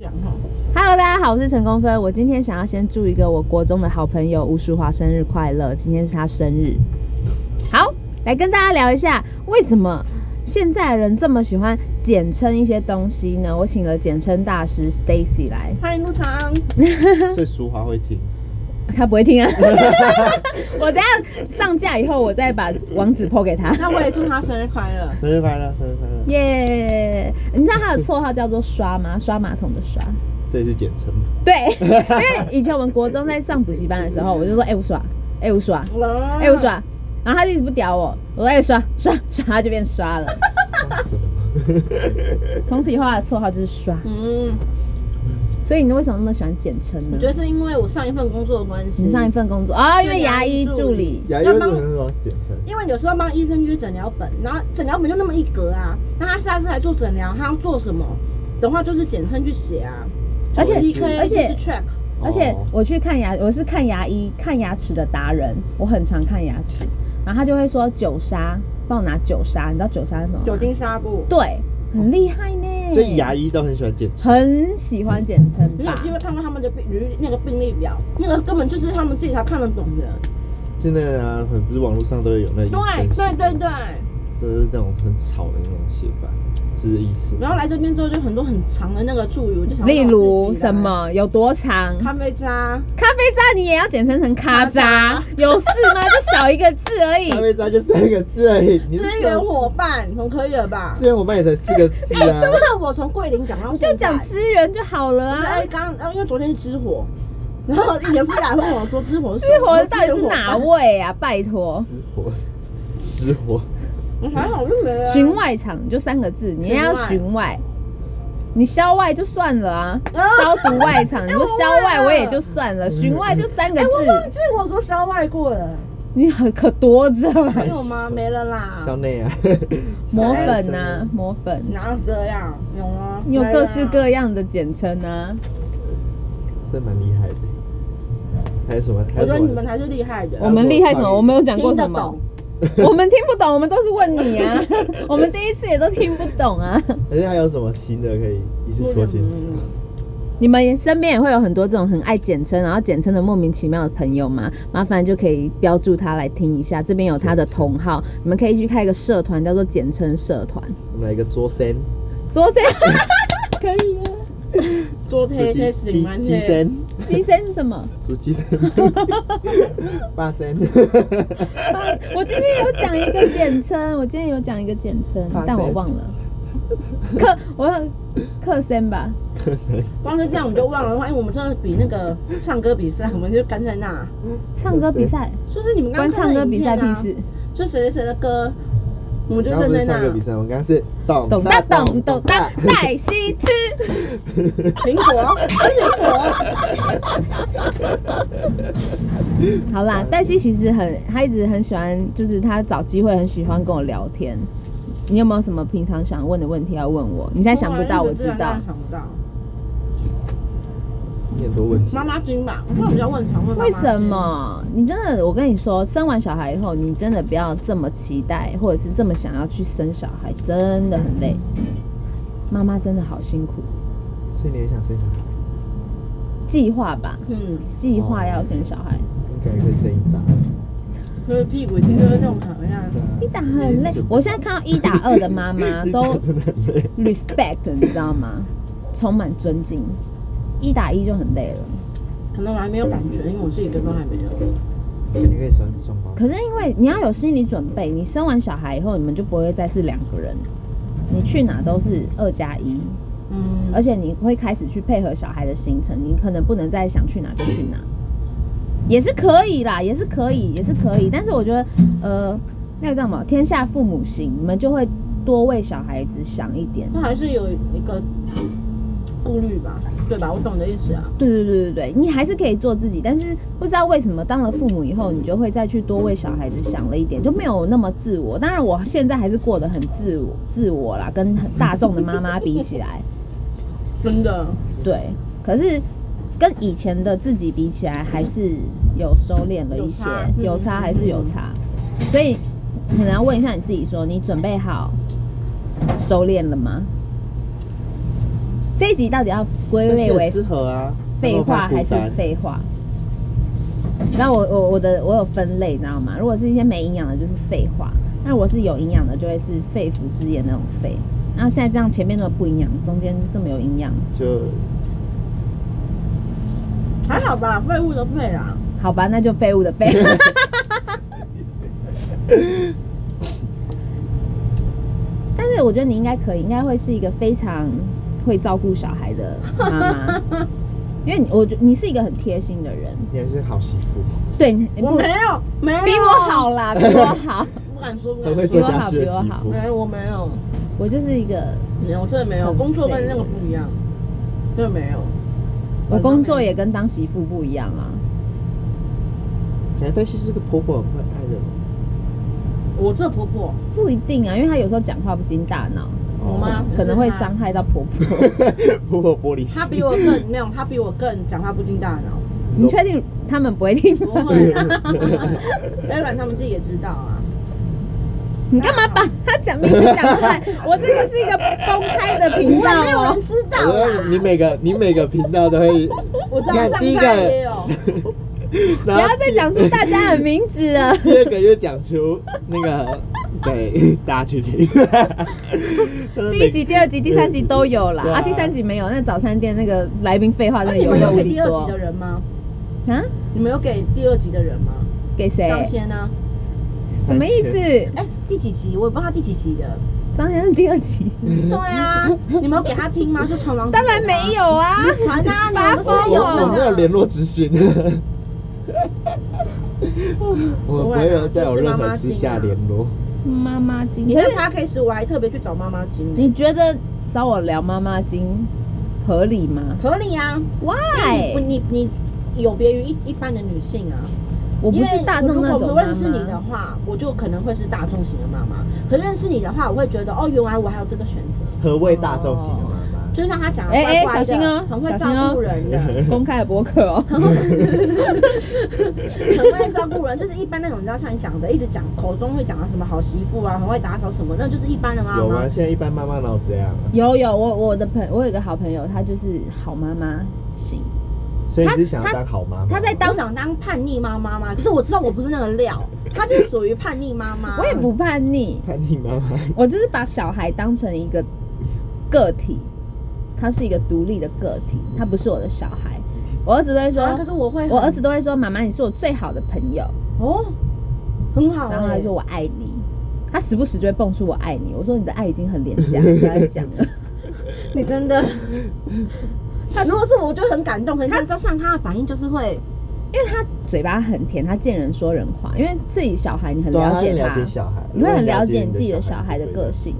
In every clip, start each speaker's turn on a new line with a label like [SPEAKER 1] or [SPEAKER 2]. [SPEAKER 1] 讲哈，
[SPEAKER 2] Hello，大家好，我是陈功芬。我今天想要先祝一个我国中的好朋友吴淑华生日快乐，今天是她生日。好，来跟大家聊一下为什么现在人这么喜欢简称一些东西呢？我请了简称大师 Stacy 来，
[SPEAKER 1] 欢迎入场。
[SPEAKER 3] 所以淑华会听。
[SPEAKER 2] 他不会听啊。 我等一下上架以后，我再把网址 po 给他。
[SPEAKER 1] 那我也祝他生日快乐。
[SPEAKER 3] 生日快乐，生日快乐！
[SPEAKER 2] 耶你知道他的绰号叫做“刷”吗？刷马桶的刷。
[SPEAKER 3] 这也是简称嘛？
[SPEAKER 2] 对，因为以前我们国中在上补习班的时候，我就说：“哎、我刷，哎、我刷。”
[SPEAKER 1] 哇
[SPEAKER 2] 哎、我刷，然后他就一直不屌我，我说哎、刷刷刷，他就变刷了。
[SPEAKER 3] 笑死 了。
[SPEAKER 2] 从此以后他的绰号就是刷。
[SPEAKER 1] 嗯，
[SPEAKER 2] 所以你为什么那么喜欢简称呢？
[SPEAKER 1] 我觉得是因为我上一份工作的关系。
[SPEAKER 2] 你上一，份工作啊、哦，因
[SPEAKER 1] 对
[SPEAKER 2] 为牙
[SPEAKER 1] 牙医
[SPEAKER 2] 医
[SPEAKER 1] 助
[SPEAKER 2] 助
[SPEAKER 1] 理
[SPEAKER 2] 理，
[SPEAKER 3] 牙医为什么那种简称？
[SPEAKER 1] 因为有时候帮医生约诊疗本，然后诊疗本就那么一格啊，那他下次来做诊疗，他要做什么的话，就是简称去写啊。
[SPEAKER 2] 而且
[SPEAKER 1] E K
[SPEAKER 2] 而且
[SPEAKER 1] 就是 track，
[SPEAKER 2] 而且
[SPEAKER 3] 哦
[SPEAKER 2] 我去看牙，我是看牙医看牙齿的达人，我很常看牙齿，然后他就会说九砂，帮我拿九砂，你知道九砂是什么吗？
[SPEAKER 1] 酒精纱布。
[SPEAKER 2] 对，很厉害呢。
[SPEAKER 3] 所以牙医都很喜欢简称。
[SPEAKER 2] 很喜欢简称
[SPEAKER 1] 你
[SPEAKER 2] 吧
[SPEAKER 1] 有？机会看过他们的病履那个病历表，那个根本就是他们自己才看得懂的。
[SPEAKER 3] 现在啊，很不是网络上都会有那医
[SPEAKER 1] 对
[SPEAKER 3] 生，
[SPEAKER 1] 对对对，
[SPEAKER 3] 就是那种很吵的那种写法，就是意思。
[SPEAKER 1] 然后来这边之后就很多很长的那个术语，我就想
[SPEAKER 2] 例如什么有多长？
[SPEAKER 1] 咖啡渣，
[SPEAKER 2] 咖啡渣你也要简称成咖
[SPEAKER 1] 咖
[SPEAKER 2] 渣
[SPEAKER 1] 渣，
[SPEAKER 2] 有事吗？ 就少一个字而已
[SPEAKER 3] 咖。啡渣就三个字而已，你是
[SPEAKER 1] 资
[SPEAKER 3] 这
[SPEAKER 1] 源
[SPEAKER 3] 样
[SPEAKER 1] 伙伴，很可以了吧？
[SPEAKER 3] 资源伙伴也才四 个字啊。
[SPEAKER 1] 哎真的，我从桂林讲到
[SPEAKER 2] 你就
[SPEAKER 1] 现在
[SPEAKER 2] 讲资源就好了啊
[SPEAKER 1] 哎，。刚刚因为昨天是知火，然后严夫来问我说知火是
[SPEAKER 2] 失
[SPEAKER 1] 什么
[SPEAKER 2] 火到底是哪？位啊？拜托，
[SPEAKER 3] 失火，失火，
[SPEAKER 1] 我还嗯好啊就没了。
[SPEAKER 2] 巡外场就三个字，你也要巡外。你消外就算了啊，
[SPEAKER 1] 啊
[SPEAKER 2] 消毒外场，你说消外
[SPEAKER 1] 我忘了
[SPEAKER 2] 我也就算了，巡外就三个
[SPEAKER 1] 哎，我忘记
[SPEAKER 2] 字，
[SPEAKER 1] 我说校外过了，
[SPEAKER 2] 你很可多着。啊
[SPEAKER 1] 还有吗？没了啦。
[SPEAKER 3] 校内啊，
[SPEAKER 2] 抹粉啊，抹粉，
[SPEAKER 1] 哪有这样？有吗？
[SPEAKER 2] 你有各式各
[SPEAKER 1] 样。
[SPEAKER 2] 样的简称啊。
[SPEAKER 1] 哎
[SPEAKER 3] 这蛮厉害的。还有什么？还
[SPEAKER 1] 我
[SPEAKER 3] 有
[SPEAKER 1] 觉
[SPEAKER 3] 什
[SPEAKER 1] 得
[SPEAKER 3] 么
[SPEAKER 1] 你们才是厉害的。
[SPEAKER 2] 我们厉害什么？我没有讲过什么
[SPEAKER 1] 懂。。
[SPEAKER 2] 我们听不懂，我们都是问你啊，我们第一次也都听不懂啊。
[SPEAKER 3] 而且还有什么新的可以一次说清楚？
[SPEAKER 2] 你们身边也会有很多这种很爱简称，然后简称的莫名其妙的朋友吗？麻烦就可以标注他来听一下，这边有他的同号，你们可以去开一个社团，叫做简称社团。
[SPEAKER 3] 我们来一个桌三，
[SPEAKER 2] 昨天
[SPEAKER 3] 可以啊。
[SPEAKER 1] 昨天开始
[SPEAKER 3] 鸡鸡三，
[SPEAKER 2] 鸡生是什么？
[SPEAKER 3] 猪 鸡三，八三，
[SPEAKER 2] 啊我今天有 讲一个简称，我今天有讲一个简称
[SPEAKER 3] 好，
[SPEAKER 2] 但我忘了。克我克森吧，
[SPEAKER 3] 克神，
[SPEAKER 1] 光是这样我们就忘了的话，因为我们真的比那个唱歌比赛，我们就干在那。
[SPEAKER 2] 唱歌 比赛，
[SPEAKER 1] 就是你们刚
[SPEAKER 2] 关
[SPEAKER 1] 刚看
[SPEAKER 2] 唱
[SPEAKER 1] 的
[SPEAKER 2] 歌比赛
[SPEAKER 1] 影
[SPEAKER 2] 屁
[SPEAKER 1] 片啊
[SPEAKER 2] 事。
[SPEAKER 1] 就谁谁谁的歌，我们就
[SPEAKER 3] 刚刚
[SPEAKER 1] 认在
[SPEAKER 3] 不是唱
[SPEAKER 1] 那
[SPEAKER 3] 歌。比赛，我刚刚是懂
[SPEAKER 2] 懂大懂懂大 带西 吃，
[SPEAKER 1] 苹果，啊苹果，
[SPEAKER 2] 好啦，黛西其实很，她一直很喜欢，就是她找机会很喜欢跟我聊天。你有没有什么平常想问的问题要问我？你现在想不到，我知道。
[SPEAKER 1] 想不到。
[SPEAKER 3] 你很多问题，
[SPEAKER 1] 妈妈经吧，我看我比较问常问妈妈
[SPEAKER 2] 为
[SPEAKER 1] 经
[SPEAKER 2] 什？么？你真的，我跟你说，生完小孩以后，你真的不要这么期待，或者是这么想要去生小孩，真的很累。妈妈真的好辛苦，
[SPEAKER 3] 所以你也想生小孩，
[SPEAKER 2] 计划吧，
[SPEAKER 1] 嗯，
[SPEAKER 2] 计划要生小孩。
[SPEAKER 3] 感觉可以生一打。
[SPEAKER 1] 就是屁股已经就是那种好像
[SPEAKER 2] 一打很累，我现在看到一打二的妈 妈都
[SPEAKER 3] 真的很累。
[SPEAKER 2] respect，你知道吗？充满尊敬。一打一就很累了，
[SPEAKER 1] 可能我还没有感觉，因为我自己个都还没有。
[SPEAKER 3] 你可以双双胞，
[SPEAKER 2] 可是因为你要有心理准备，你生完小孩以后，你们就不会再是两个人，你去哪都是二加一，
[SPEAKER 1] 嗯，
[SPEAKER 2] 而且你会开始去配合小孩的行程，你可能不能再想去哪就去哪，也是可以啦，也是可以，也是可以。但是我觉得，呃，那个叫什么“天下父母心”，你们就会多为小孩子想一点。
[SPEAKER 1] 那还是有一个顾虑吧，对吧？我懂你的意思啊。
[SPEAKER 2] 对对对对对，你还是可以做自己，但是不知道为什么当了父母以后，你就会再去多为小孩子想了一点，就没有那么自我。当然，我现在还是过得很自我自我啦，跟很大众的妈妈比起来，
[SPEAKER 1] 真的，
[SPEAKER 2] 对，可是跟以前的自己比起来，还是有收敛了一些，有
[SPEAKER 1] 有差
[SPEAKER 2] 差嗯还是有差，所以可能要问一下你自己说你准备好收敛了吗？这一集到底要归类
[SPEAKER 3] 但是
[SPEAKER 2] 为
[SPEAKER 3] 很适合啊，
[SPEAKER 2] 废话
[SPEAKER 3] 他
[SPEAKER 2] 还
[SPEAKER 3] 们怕
[SPEAKER 2] 是
[SPEAKER 3] 孤单
[SPEAKER 2] 废话？那我我我的我有分类，你知道吗？如果是一些没营养的，就是废话；那如果是有营养的，就会是肺腑之言那种肺。然后现在这样前面那么不营养，中间这么有营养，
[SPEAKER 3] 就
[SPEAKER 1] 还好吧，废物啊的废啦。
[SPEAKER 2] 好吧，那就废物的废。 但是我觉得你应该可以，应该会是一个非常会照顾小孩的妈妈，因为你我觉你是一个很贴心的人，
[SPEAKER 3] 你还是好媳妇，
[SPEAKER 2] 对，你
[SPEAKER 1] 我
[SPEAKER 2] 不
[SPEAKER 1] 没有，没有，
[SPEAKER 2] 比我好，啦，比我好，
[SPEAKER 1] 不敢说，不
[SPEAKER 3] 很
[SPEAKER 1] 敢
[SPEAKER 3] 会
[SPEAKER 1] 说。
[SPEAKER 3] 做家事
[SPEAKER 2] 比
[SPEAKER 3] 的媳
[SPEAKER 2] 我好比
[SPEAKER 3] 妇
[SPEAKER 1] 没。有，我没有，
[SPEAKER 2] 我就是一个，
[SPEAKER 1] 没有，我真的没有。
[SPEAKER 2] 很
[SPEAKER 1] 工作跟那个不一样，真的没有。
[SPEAKER 2] 我工作也跟当媳妇不一样啊。
[SPEAKER 3] 可能但是这个婆婆很会爱人，
[SPEAKER 1] 我这婆婆，
[SPEAKER 2] 不一定啊，因为她有时候讲话不经大脑，
[SPEAKER 1] 我妈
[SPEAKER 2] 可能会伤害到婆婆。
[SPEAKER 3] 哦 婆婆玻璃心。
[SPEAKER 1] 她比我 更没有，她比我更讲话不经大脑。
[SPEAKER 2] 你确定他们不会听
[SPEAKER 1] 不
[SPEAKER 2] 吗？
[SPEAKER 1] 会啊，要不然他们自己也知道啊。
[SPEAKER 2] 你干嘛把他讲名字讲出 来？我这个是一个公开的频道
[SPEAKER 1] 没有
[SPEAKER 2] 哦
[SPEAKER 1] 人。知道
[SPEAKER 3] 我说你
[SPEAKER 1] 啦。
[SPEAKER 3] 每个你每个频道 都会，
[SPEAKER 1] 我知道
[SPEAKER 3] 你看
[SPEAKER 1] 上
[SPEAKER 3] 第一
[SPEAKER 1] 菜也有
[SPEAKER 3] 个，
[SPEAKER 2] 哦不
[SPEAKER 3] 然后
[SPEAKER 2] 要再讲出大家的名字 了。
[SPEAKER 3] 第二个又讲出那个给大家去 听。
[SPEAKER 2] 第一 集、第二集、第三集都有啦。
[SPEAKER 3] 对
[SPEAKER 2] 啊，第三集没有，那早餐店那个来宾废话
[SPEAKER 1] 那
[SPEAKER 2] 真的
[SPEAKER 1] 啊你们
[SPEAKER 2] 有
[SPEAKER 1] 有
[SPEAKER 2] 够无
[SPEAKER 1] 给第
[SPEAKER 2] 敌
[SPEAKER 1] 二集
[SPEAKER 2] 多
[SPEAKER 1] 的。人吗？
[SPEAKER 2] 啊？
[SPEAKER 1] 你们有给第二集的人吗？
[SPEAKER 2] 给谁？
[SPEAKER 1] 张先啊，
[SPEAKER 2] 什么意思？
[SPEAKER 1] 哎，第几集？我也不知道他第几集的。
[SPEAKER 2] 张先是第二集。
[SPEAKER 1] 对啊，你们有给他听吗？就传狼。
[SPEAKER 2] 嗯当然没。有啊。
[SPEAKER 1] 传啊，你们不
[SPEAKER 2] 发
[SPEAKER 1] 是
[SPEAKER 2] 疯
[SPEAKER 1] 有
[SPEAKER 3] 我
[SPEAKER 2] 哦
[SPEAKER 1] 那
[SPEAKER 3] 我没
[SPEAKER 1] 个
[SPEAKER 3] 有联络 资讯。我
[SPEAKER 2] 啊
[SPEAKER 3] 不会再有任何私下联络。
[SPEAKER 2] 妈妈经，
[SPEAKER 1] 你
[SPEAKER 2] 可
[SPEAKER 1] 看
[SPEAKER 2] 是
[SPEAKER 1] p o d c 我还特别去找妈妈经理，
[SPEAKER 2] 你觉得找我聊妈妈经合理吗
[SPEAKER 1] 合理啊。
[SPEAKER 2] ？Why？
[SPEAKER 1] 不你你有别于一一般的女性啊。
[SPEAKER 2] 我不
[SPEAKER 1] 因为
[SPEAKER 2] 是大众那
[SPEAKER 1] 如
[SPEAKER 2] 种
[SPEAKER 1] 果
[SPEAKER 2] 妈
[SPEAKER 1] 我
[SPEAKER 2] 妈。
[SPEAKER 1] 认识你的话，我就可能会是大众型的妈妈。可认识你的话，我会觉得哦，原来我还有这个选择。
[SPEAKER 2] 啊
[SPEAKER 3] 何谓大众型的妈妈？
[SPEAKER 1] 就像他讲的，
[SPEAKER 2] 哎哎
[SPEAKER 1] 乖乖的
[SPEAKER 2] 小心哦
[SPEAKER 1] 很会照顾人的，
[SPEAKER 2] 公开的博客 哦。
[SPEAKER 1] 很会照顾人， 就是一般那种你知道像你讲的，一直讲口中会讲到什么好媳妇啊，很会打扫什么，那就是一般的妈
[SPEAKER 3] 有啊吗？
[SPEAKER 1] 妈。
[SPEAKER 3] 现在一般妈妈哪有这样啊？
[SPEAKER 2] 有有，我我的朋我有一个好朋友，她就是好妈妈型，
[SPEAKER 3] 所以你是想要当好妈妈？
[SPEAKER 2] 她在
[SPEAKER 1] 我想当叛逆妈妈嘛，可是我知道我不是那个料，她就是属于叛逆妈妈。
[SPEAKER 2] 我也不叛逆，
[SPEAKER 3] 叛逆妈妈。
[SPEAKER 2] 我就是把小孩当成一个个体，他是一个独立的个体，他不是我的小孩。我儿子都会说，
[SPEAKER 1] 啊可是我会很
[SPEAKER 2] 我儿子都会说，妈妈你是我最好的朋友，
[SPEAKER 1] 哦，很好、欸。
[SPEAKER 2] 然后他就说我爱你，他时不时就会蹦出我爱你，我说你的爱已经很廉价， 不要再讲了。
[SPEAKER 1] 你真的，他如果是我，我就很感动。可是他知道像他的反应就是会，
[SPEAKER 2] 因为他嘴巴很甜，他见人说人话。因为自己小孩，你很了解
[SPEAKER 3] 对
[SPEAKER 2] 他，
[SPEAKER 3] 啊他很了解小孩
[SPEAKER 2] 你会很了解你自己的小孩的
[SPEAKER 3] 如果
[SPEAKER 2] 个
[SPEAKER 3] 了解
[SPEAKER 2] 性，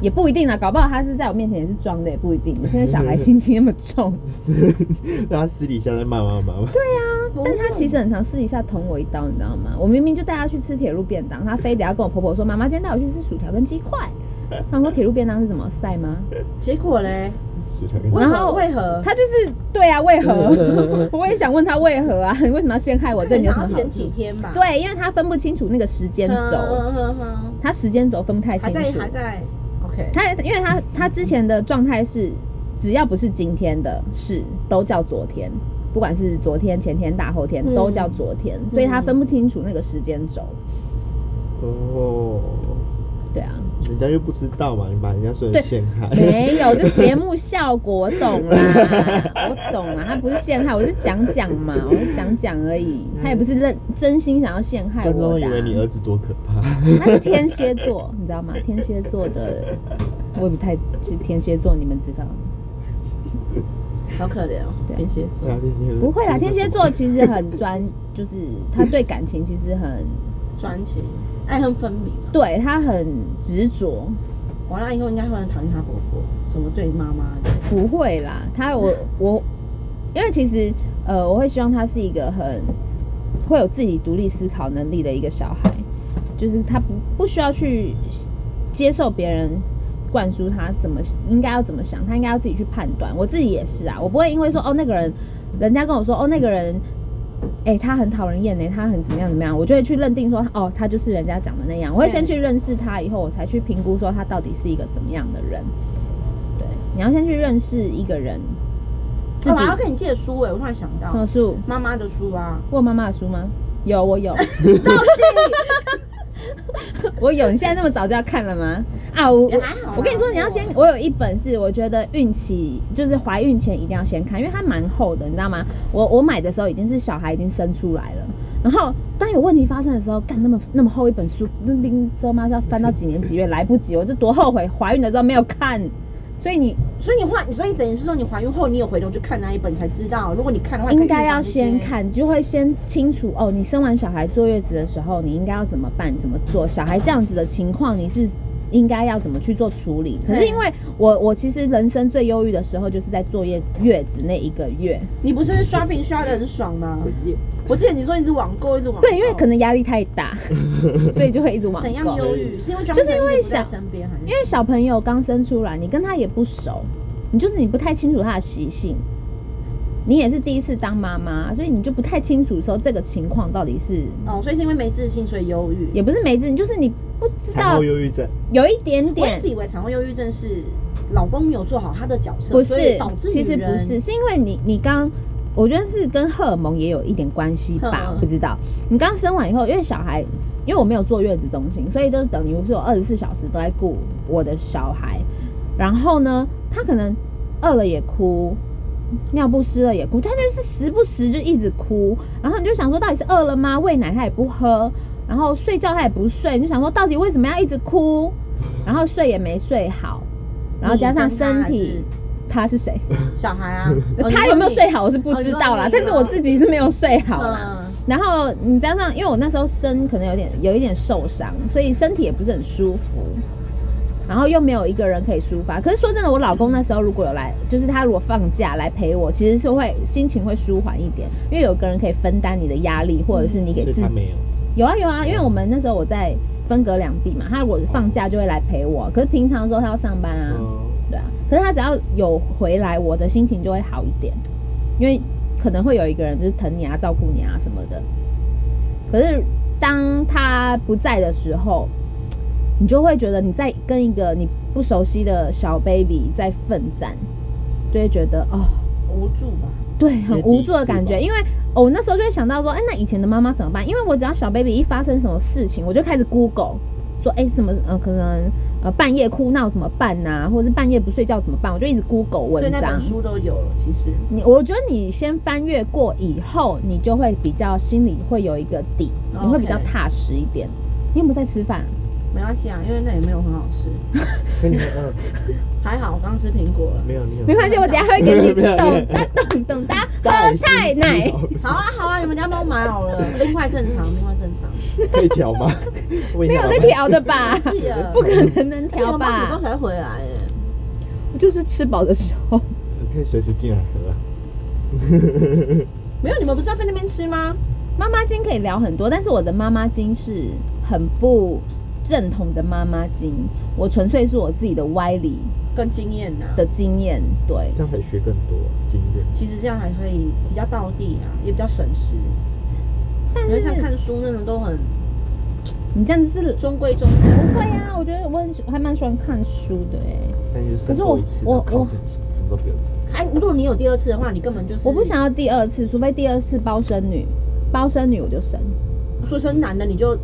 [SPEAKER 2] 也不一定啦，啊搞不好他是在我面前也是装的，也不一 定。现在小孩心机那么重，
[SPEAKER 3] 是，他私底下在骂妈妈吗？
[SPEAKER 2] 对啊，但他其实很常私底下捅我一刀，你知道吗？我明明就带他去吃铁路便当，他非得要跟我婆婆说，妈妈今天带我去吃薯条跟鸡块。他说铁路便当是什么塞吗？
[SPEAKER 1] 结果嘞，
[SPEAKER 3] 薯条跟
[SPEAKER 1] 为
[SPEAKER 2] 然
[SPEAKER 1] 何
[SPEAKER 2] 后
[SPEAKER 1] 为何
[SPEAKER 2] 他就是对啊，为何？ 我也想问他为何啊？ 你为什么要陷害我？对你有什
[SPEAKER 1] 想
[SPEAKER 2] 么
[SPEAKER 1] 要
[SPEAKER 2] 好
[SPEAKER 1] 前
[SPEAKER 2] 处
[SPEAKER 1] 几天吧，嗯
[SPEAKER 2] 对，因为他分不清楚那个时间
[SPEAKER 1] 哼，
[SPEAKER 2] 轴，
[SPEAKER 1] 哼哼哼
[SPEAKER 2] 他时间轴分不太
[SPEAKER 1] 嗯还
[SPEAKER 2] 清
[SPEAKER 1] 在
[SPEAKER 2] 楚
[SPEAKER 1] 还。在，OK，
[SPEAKER 2] 他因为他他之前的状态是，只要不是今天的事，都叫昨天，不管是昨天、前天、大后天，
[SPEAKER 1] 嗯
[SPEAKER 2] 都叫昨天，所以他分不清楚那个时间轴。
[SPEAKER 3] 哦，
[SPEAKER 2] 对啊，
[SPEAKER 3] 人家又不知道嘛，你把人家说
[SPEAKER 2] 对
[SPEAKER 3] 成陷害。
[SPEAKER 2] 没有，这节目效果我懂啦，我懂啦，他不是陷害，我是讲讲嘛，我是讲讲而已，他也不是认真心想要陷害
[SPEAKER 3] 观众
[SPEAKER 2] 我
[SPEAKER 3] 会
[SPEAKER 2] 的、
[SPEAKER 3] 以
[SPEAKER 2] 啊。
[SPEAKER 3] 为你儿子多可怕。
[SPEAKER 2] 他是天蝎座，你知道吗？天蝎座 的，我也不太就天蝎座，你们知道吗？
[SPEAKER 1] 好可怜哦，
[SPEAKER 2] 对
[SPEAKER 1] 天蝎座
[SPEAKER 3] 对啊天蝎座
[SPEAKER 2] 不会啦，天蝎座其实很专，就是他对感情其实很，
[SPEAKER 1] 专情，爱恨分明啊。
[SPEAKER 2] 对他很执着。
[SPEAKER 1] 我那以后应该会很讨厌他婆婆，怎么对妈妈的？
[SPEAKER 2] 不会啦，他我我，因为其实呃，我会希望他是一个很会有自己独立思考能力的一个小孩，就是他不不需要去接受别人灌输他怎么应该要怎么想，他应该要自己去判断。我自己也是啊，我不会因为说哦那个人，人家跟我说哦那个人。哎、他很讨人厌呢、他很怎么样怎么样，我就会去认定说，哦，他就是人家讲的那样。我会先去认识他，以后我才去评估说他到底是一个怎么样的人。对，你要先去认识一个人，自
[SPEAKER 1] 哦我
[SPEAKER 2] 己
[SPEAKER 1] 还要跟你借书哎、我突然想
[SPEAKER 2] 什么
[SPEAKER 1] 到
[SPEAKER 2] 书？
[SPEAKER 1] 妈妈的书啊，
[SPEAKER 2] 我有妈妈的书吗？有，我有。 我有，你现在那么早就要看了吗？啊，我
[SPEAKER 1] 也还好啦
[SPEAKER 2] 我我跟你说，你要先，我有一本是我觉得孕期就是怀孕前一定要先看，因为它蛮厚的，你知道吗？我我买的时候已经是小孩已经生出来了，然后当有问题发生的时候，干那么那么厚一本书，那拎周妈是要翻到几年几月来不及，我就多后悔怀孕的时候没有看，所以你
[SPEAKER 1] 所以你换，所以等于是说你怀孕后，你有回头去看那一本才知道。如果你看的话，
[SPEAKER 2] 应该要先
[SPEAKER 1] 看。
[SPEAKER 2] 看，你就会先清楚哦。你生完小孩坐月子的时候，你应该要怎么办、怎么做？小孩这样子的情况，你是应该要怎么去做处理？可是
[SPEAKER 1] 对
[SPEAKER 2] 因为我我其实人生最忧郁的时候，就是在坐月月子那一个月。
[SPEAKER 1] 你不是刷屏刷的很爽吗？
[SPEAKER 3] 耶，
[SPEAKER 1] 我记得你说你是网购，一直网购
[SPEAKER 2] 对，因为可能压力太大， 所以就会一直网
[SPEAKER 1] 怎样
[SPEAKER 2] 购。
[SPEAKER 1] 忧郁，是因为
[SPEAKER 2] 就是因
[SPEAKER 1] Johnson
[SPEAKER 2] 为
[SPEAKER 1] 一直不在
[SPEAKER 2] 想
[SPEAKER 1] 身边还是？
[SPEAKER 2] 因为小朋友刚生出来，你跟他也不熟，你就是你不太清楚他的习性，你也是第一次当妈妈，所以你就不太清楚说这个情况到底是
[SPEAKER 1] 哦，所以是因为没自信，所以忧郁。
[SPEAKER 2] 也不是没自信，就是你不知
[SPEAKER 3] 产
[SPEAKER 2] 道
[SPEAKER 3] 后忧郁症，
[SPEAKER 2] 有一点
[SPEAKER 1] 我一
[SPEAKER 2] 点
[SPEAKER 1] 直以为产后忧郁症是老公没有做好他的角色，
[SPEAKER 2] 不
[SPEAKER 1] 所以
[SPEAKER 2] 是
[SPEAKER 1] 导，致
[SPEAKER 2] 其实
[SPEAKER 1] 女
[SPEAKER 2] 不
[SPEAKER 1] 人
[SPEAKER 2] 是，是因为你你刚。我觉得是跟荷尔蒙也有一点关系
[SPEAKER 1] 嗯
[SPEAKER 2] 吧，
[SPEAKER 1] 嗯
[SPEAKER 2] 我不知道。你刚生完以后，因为小孩，因为我没有坐月子中心，所以就等于是我二十四小时都在顾我的小孩。然后呢，他可能饿了也哭，尿不湿了也哭，他就是时不时就一直哭。然后你就想说，到底是饿了吗？喂奶他也不喝，然后睡觉他也不睡，你就想说，到底为什么要一直哭？然后睡也没睡好，然后加上身体
[SPEAKER 1] 你跟，
[SPEAKER 2] 他是谁？，
[SPEAKER 1] 小孩 啊哦
[SPEAKER 2] 他有没有睡好我是不
[SPEAKER 1] 哦你
[SPEAKER 2] 知
[SPEAKER 1] 说
[SPEAKER 2] 道啦，
[SPEAKER 1] 你
[SPEAKER 2] 但是我自己是没有睡好啦。
[SPEAKER 1] 嗯
[SPEAKER 2] 然后你加上，因为我那时候身可能有点有一点受伤，所以身体也不是很舒服，然后又没有一个人可以抒发。可是说真的，我老公那时候如果有来，就是他如果放假来陪我，其实是会心情会舒缓一点，因为有个人可以分担你的压力，或者是你给
[SPEAKER 3] 嗯所
[SPEAKER 2] 自
[SPEAKER 3] 以
[SPEAKER 2] 己
[SPEAKER 3] 他没有。
[SPEAKER 2] 有啊有啊，因为我们那时候我在分隔两地嘛，他如果放假就会来陪我，可是平常的时候他要上班啊，
[SPEAKER 3] 哦
[SPEAKER 2] 对啊，可是他只要有回来，我的心情就会好一点，因为可能会有一个人就是疼你啊、照顾你啊什么的。可是当他不在的时候，你就会觉得你在跟一个你不熟悉的小 baby 在奋战，就会觉得哦，
[SPEAKER 1] 无助吧？
[SPEAKER 2] 对，很
[SPEAKER 3] 因为
[SPEAKER 2] 无
[SPEAKER 3] 第一
[SPEAKER 2] 助的
[SPEAKER 3] 次
[SPEAKER 2] 感觉。
[SPEAKER 3] 吧
[SPEAKER 2] 因为、哦我那时候就会想到说，哎、那以前的妈妈怎么办？因为我只要小 baby 一发生什么事情，我就开始 Google 说，哎、什么呃，可能呃半夜哭闹怎么办呐、或者是半夜不睡觉怎么办？我就一直 Google
[SPEAKER 1] 所以
[SPEAKER 2] 文
[SPEAKER 1] 那
[SPEAKER 2] 章
[SPEAKER 1] 本。书都有了，其实
[SPEAKER 2] 你我觉得你先翻阅过以后，你就会比较心里会有一个底，你会比较
[SPEAKER 1] OK
[SPEAKER 2] 踏实一点。你有没有在吃饭？
[SPEAKER 1] 没关系啊，因为那也没有很好吃，
[SPEAKER 3] 那你们嗯，
[SPEAKER 1] 还好我刚吃苹果了。
[SPEAKER 3] 没有你有
[SPEAKER 2] 没关系，我等一下会给你
[SPEAKER 3] 没有没有
[SPEAKER 2] 懂，大懂懂大家喝太奶。
[SPEAKER 1] 好啊好啊，你们家帮我买好了，冰块正常，冰块正 常。
[SPEAKER 3] 可以调吗？没
[SPEAKER 2] 没有在调的吧？
[SPEAKER 1] 记得
[SPEAKER 2] 不可能能
[SPEAKER 1] 而且我
[SPEAKER 2] 调
[SPEAKER 1] 妈什
[SPEAKER 2] 吧？
[SPEAKER 1] 么时候才回来？哎
[SPEAKER 2] 就是吃饱的时候。
[SPEAKER 3] 你可以随时进来喝啊。
[SPEAKER 1] 没有，你们不是要在那边吃吗？
[SPEAKER 2] 妈妈经可以聊很多，但是我的妈妈经是很不正统的妈妈经，我纯粹是我自己的歪理
[SPEAKER 1] 跟经验呐、
[SPEAKER 2] 的经验。对，
[SPEAKER 3] 这样才学更多经验。
[SPEAKER 1] 其实这样还可以比较到地啊，也比较省时。
[SPEAKER 2] 但
[SPEAKER 1] 因为像
[SPEAKER 2] 是
[SPEAKER 1] 看书那种都很
[SPEAKER 2] 你这样就是
[SPEAKER 1] 中规中矩。
[SPEAKER 2] 不会啊，我觉得我很喜我还蛮喜欢看书的哎、
[SPEAKER 3] 但就是
[SPEAKER 2] 可
[SPEAKER 3] 胜
[SPEAKER 2] 是我
[SPEAKER 3] 过一次，
[SPEAKER 2] 我
[SPEAKER 3] 然后靠
[SPEAKER 2] 我
[SPEAKER 3] 自己，什么都不用。
[SPEAKER 1] 哎，如果你有第二次的话，你根本就是
[SPEAKER 2] 我不想要第二次，除非第二次包生女，包生女我就生。
[SPEAKER 1] 说生男的，你就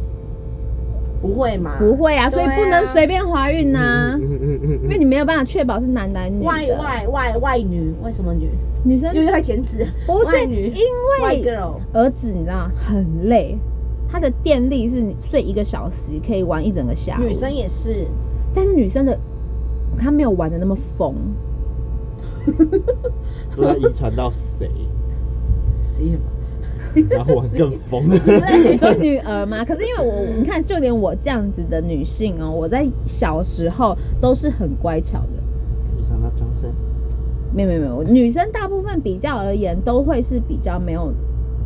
[SPEAKER 1] 不会嘛？
[SPEAKER 2] 不会啊，所以
[SPEAKER 1] 对啊嗯
[SPEAKER 2] 不能随便怀孕呐、因为你没有办法确保是男男女
[SPEAKER 1] 外
[SPEAKER 2] 的
[SPEAKER 1] 外外外女，为什么女？
[SPEAKER 2] 女生
[SPEAKER 1] 因为在减脂，
[SPEAKER 2] 不是
[SPEAKER 1] 外
[SPEAKER 2] 因
[SPEAKER 1] 女
[SPEAKER 2] 为
[SPEAKER 1] 外 girl，
[SPEAKER 2] 儿子你知道很累，他的电力是你睡一个小时可以玩一整个下午。
[SPEAKER 1] 女生，也 是。
[SPEAKER 2] 但是女生的她没有玩的那么疯，
[SPEAKER 3] 不知道遗传到 谁，
[SPEAKER 1] 谁
[SPEAKER 3] 然后玩更疯。
[SPEAKER 2] 你说女儿嘛。 可是因为我你看，就连我这样子的女性哦，我在小时候都是很乖巧的。
[SPEAKER 3] 遗传到庄生，
[SPEAKER 2] 没有没有没有，女生大部分比较而言都会是比较没有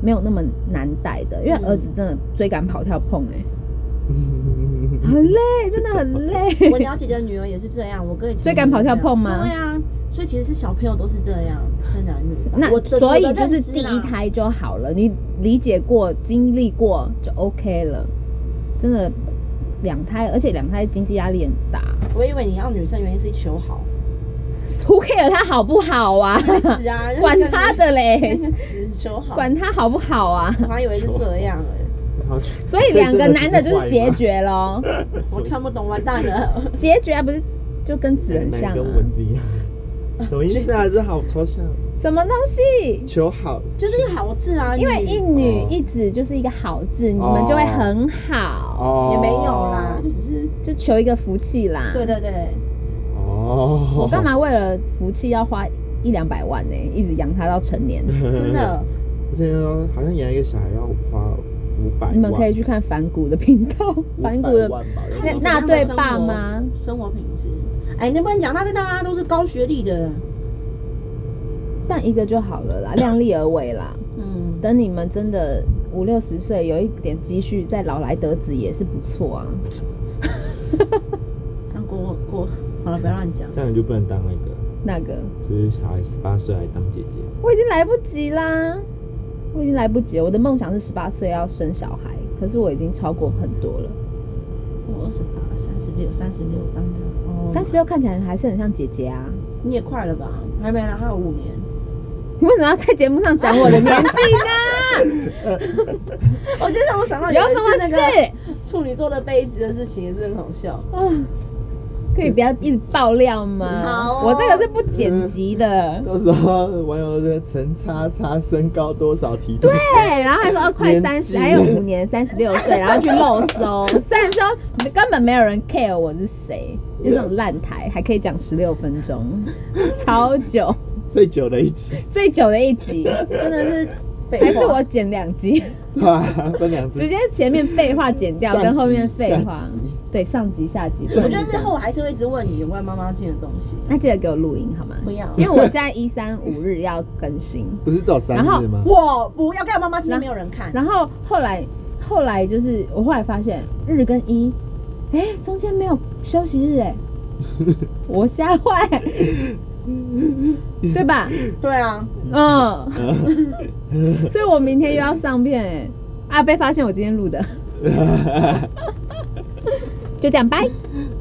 [SPEAKER 2] 没有那么难带的，因为
[SPEAKER 1] 嗯
[SPEAKER 2] 儿子真的追赶跑跳碰哎、很累，真的很累。
[SPEAKER 1] 我了解的女儿也是这样，我哥以前
[SPEAKER 2] 所以敢跑跳碰吗
[SPEAKER 1] 对啊，所以其实是小朋友都是这样，生男女。
[SPEAKER 2] 那
[SPEAKER 1] 我的
[SPEAKER 2] 所以
[SPEAKER 1] 我的
[SPEAKER 2] 就
[SPEAKER 1] 认
[SPEAKER 2] 是
[SPEAKER 1] 知啊
[SPEAKER 2] 第一
[SPEAKER 1] 啦
[SPEAKER 2] 胎就好了，你理解过、经历过就 OK 了。真的，两胎，而且两胎经济压力很大。
[SPEAKER 1] 我以为你要女生原因是求好，
[SPEAKER 2] who care 他好不好啊？，
[SPEAKER 1] 开始啊
[SPEAKER 2] 管他的 嘞，
[SPEAKER 1] 只修好，
[SPEAKER 2] 管他好不好啊？
[SPEAKER 1] 我还以为是这样哎、
[SPEAKER 3] 然后去
[SPEAKER 2] 所以两个男的就是
[SPEAKER 3] 这
[SPEAKER 2] 结
[SPEAKER 3] 真只
[SPEAKER 2] 决喽，
[SPEAKER 3] 怪吗
[SPEAKER 1] 哎我看不懂，完蛋了。
[SPEAKER 2] 结决不是就跟子很像、
[SPEAKER 3] 男
[SPEAKER 2] 啊
[SPEAKER 3] 跟、蚊子一样，什么意思啊？这好抽象。
[SPEAKER 2] 什么东西？
[SPEAKER 3] 求好，
[SPEAKER 1] 就是一个好字啊，
[SPEAKER 2] 因为一
[SPEAKER 1] 也
[SPEAKER 2] 女
[SPEAKER 3] 哦
[SPEAKER 2] 一子就是一个好字，你们就会很好，
[SPEAKER 3] 哦，
[SPEAKER 1] 没有啦，就只是
[SPEAKER 2] 就求一个福气啦。
[SPEAKER 1] 对对对，
[SPEAKER 3] 哦，？
[SPEAKER 2] 我干？嘛为了福气要花一两百万呢、一直养他到成年
[SPEAKER 3] 真
[SPEAKER 1] 真的，
[SPEAKER 3] 我之前说好像养一个小孩要花五百万，
[SPEAKER 2] 你们可以去看反骨的频道，反骨的
[SPEAKER 3] 500万吧
[SPEAKER 2] 那
[SPEAKER 1] 看你怎
[SPEAKER 2] 那
[SPEAKER 1] 样的
[SPEAKER 2] 对
[SPEAKER 1] 生
[SPEAKER 2] 爸
[SPEAKER 1] 活
[SPEAKER 2] 妈，
[SPEAKER 1] 生活品质。哎，能不能讲那对大家都是高学历的？
[SPEAKER 2] 但一个就好了啦，量力而为啦。
[SPEAKER 1] 嗯，
[SPEAKER 2] 等你们真的五六十岁，有一点积蓄，再老来得子也是不错啊。
[SPEAKER 1] 像郭郭，好了，不要乱讲。
[SPEAKER 3] 这样你就不能当那个，
[SPEAKER 2] 那个
[SPEAKER 3] 就是小孩十八岁来当姐姐。
[SPEAKER 2] 我已经来不及啦，我已经来不及了。我的梦想是十八岁要生小孩，可是我已经超过很多了。
[SPEAKER 1] 我二十八，三十六，三十六，当然哦，
[SPEAKER 2] 三十六看起来还是很像姐姐啊。
[SPEAKER 1] 你也快了吧？还没啦，还有五年。
[SPEAKER 2] 你为什么要在节目上讲我的年纪呢？
[SPEAKER 1] 我就让我想到
[SPEAKER 2] 有什么
[SPEAKER 1] 一次那
[SPEAKER 2] 事
[SPEAKER 1] 个处女座的杯子的事情，也是很好笑。
[SPEAKER 2] 可以不要一直爆料吗？
[SPEAKER 1] 好哦
[SPEAKER 2] 我这个是不剪辑的。
[SPEAKER 3] 到时候网友的陈叉叉身高多少体重？
[SPEAKER 2] 对，然后还说哦，快三
[SPEAKER 3] 年
[SPEAKER 2] 十，
[SPEAKER 3] 纪
[SPEAKER 2] 还有五年，三十六岁，然后去漏 收。虽然说根本没有人 care 我是谁，就这种烂台还可以讲十六分钟，超久，
[SPEAKER 3] 最久的一集，
[SPEAKER 2] 最久的一集，
[SPEAKER 1] 真的 是废话，
[SPEAKER 2] 还是我剪两集，
[SPEAKER 3] 哈哈分两次
[SPEAKER 2] 直接前面废话剪掉，
[SPEAKER 3] 上集
[SPEAKER 2] 跟后面废话
[SPEAKER 3] 下集，
[SPEAKER 2] 对，上集下集。
[SPEAKER 1] 我觉得日后我还是会一直问你有关妈妈经的东西。
[SPEAKER 2] 那记得给我录音好吗？
[SPEAKER 1] 不要
[SPEAKER 2] 因为我现在一三五日要更新，
[SPEAKER 3] 不是走三日吗？
[SPEAKER 1] 我不要干妈妈听，没有人看。
[SPEAKER 2] 然后后来后来就是我后来发现日跟一，哎、中间没有休息日哎、我吓坏，对 吧？
[SPEAKER 1] 对啊，
[SPEAKER 2] 嗯，所以我明天又要上片 哎、啊被发现我今天录的，就这样拜。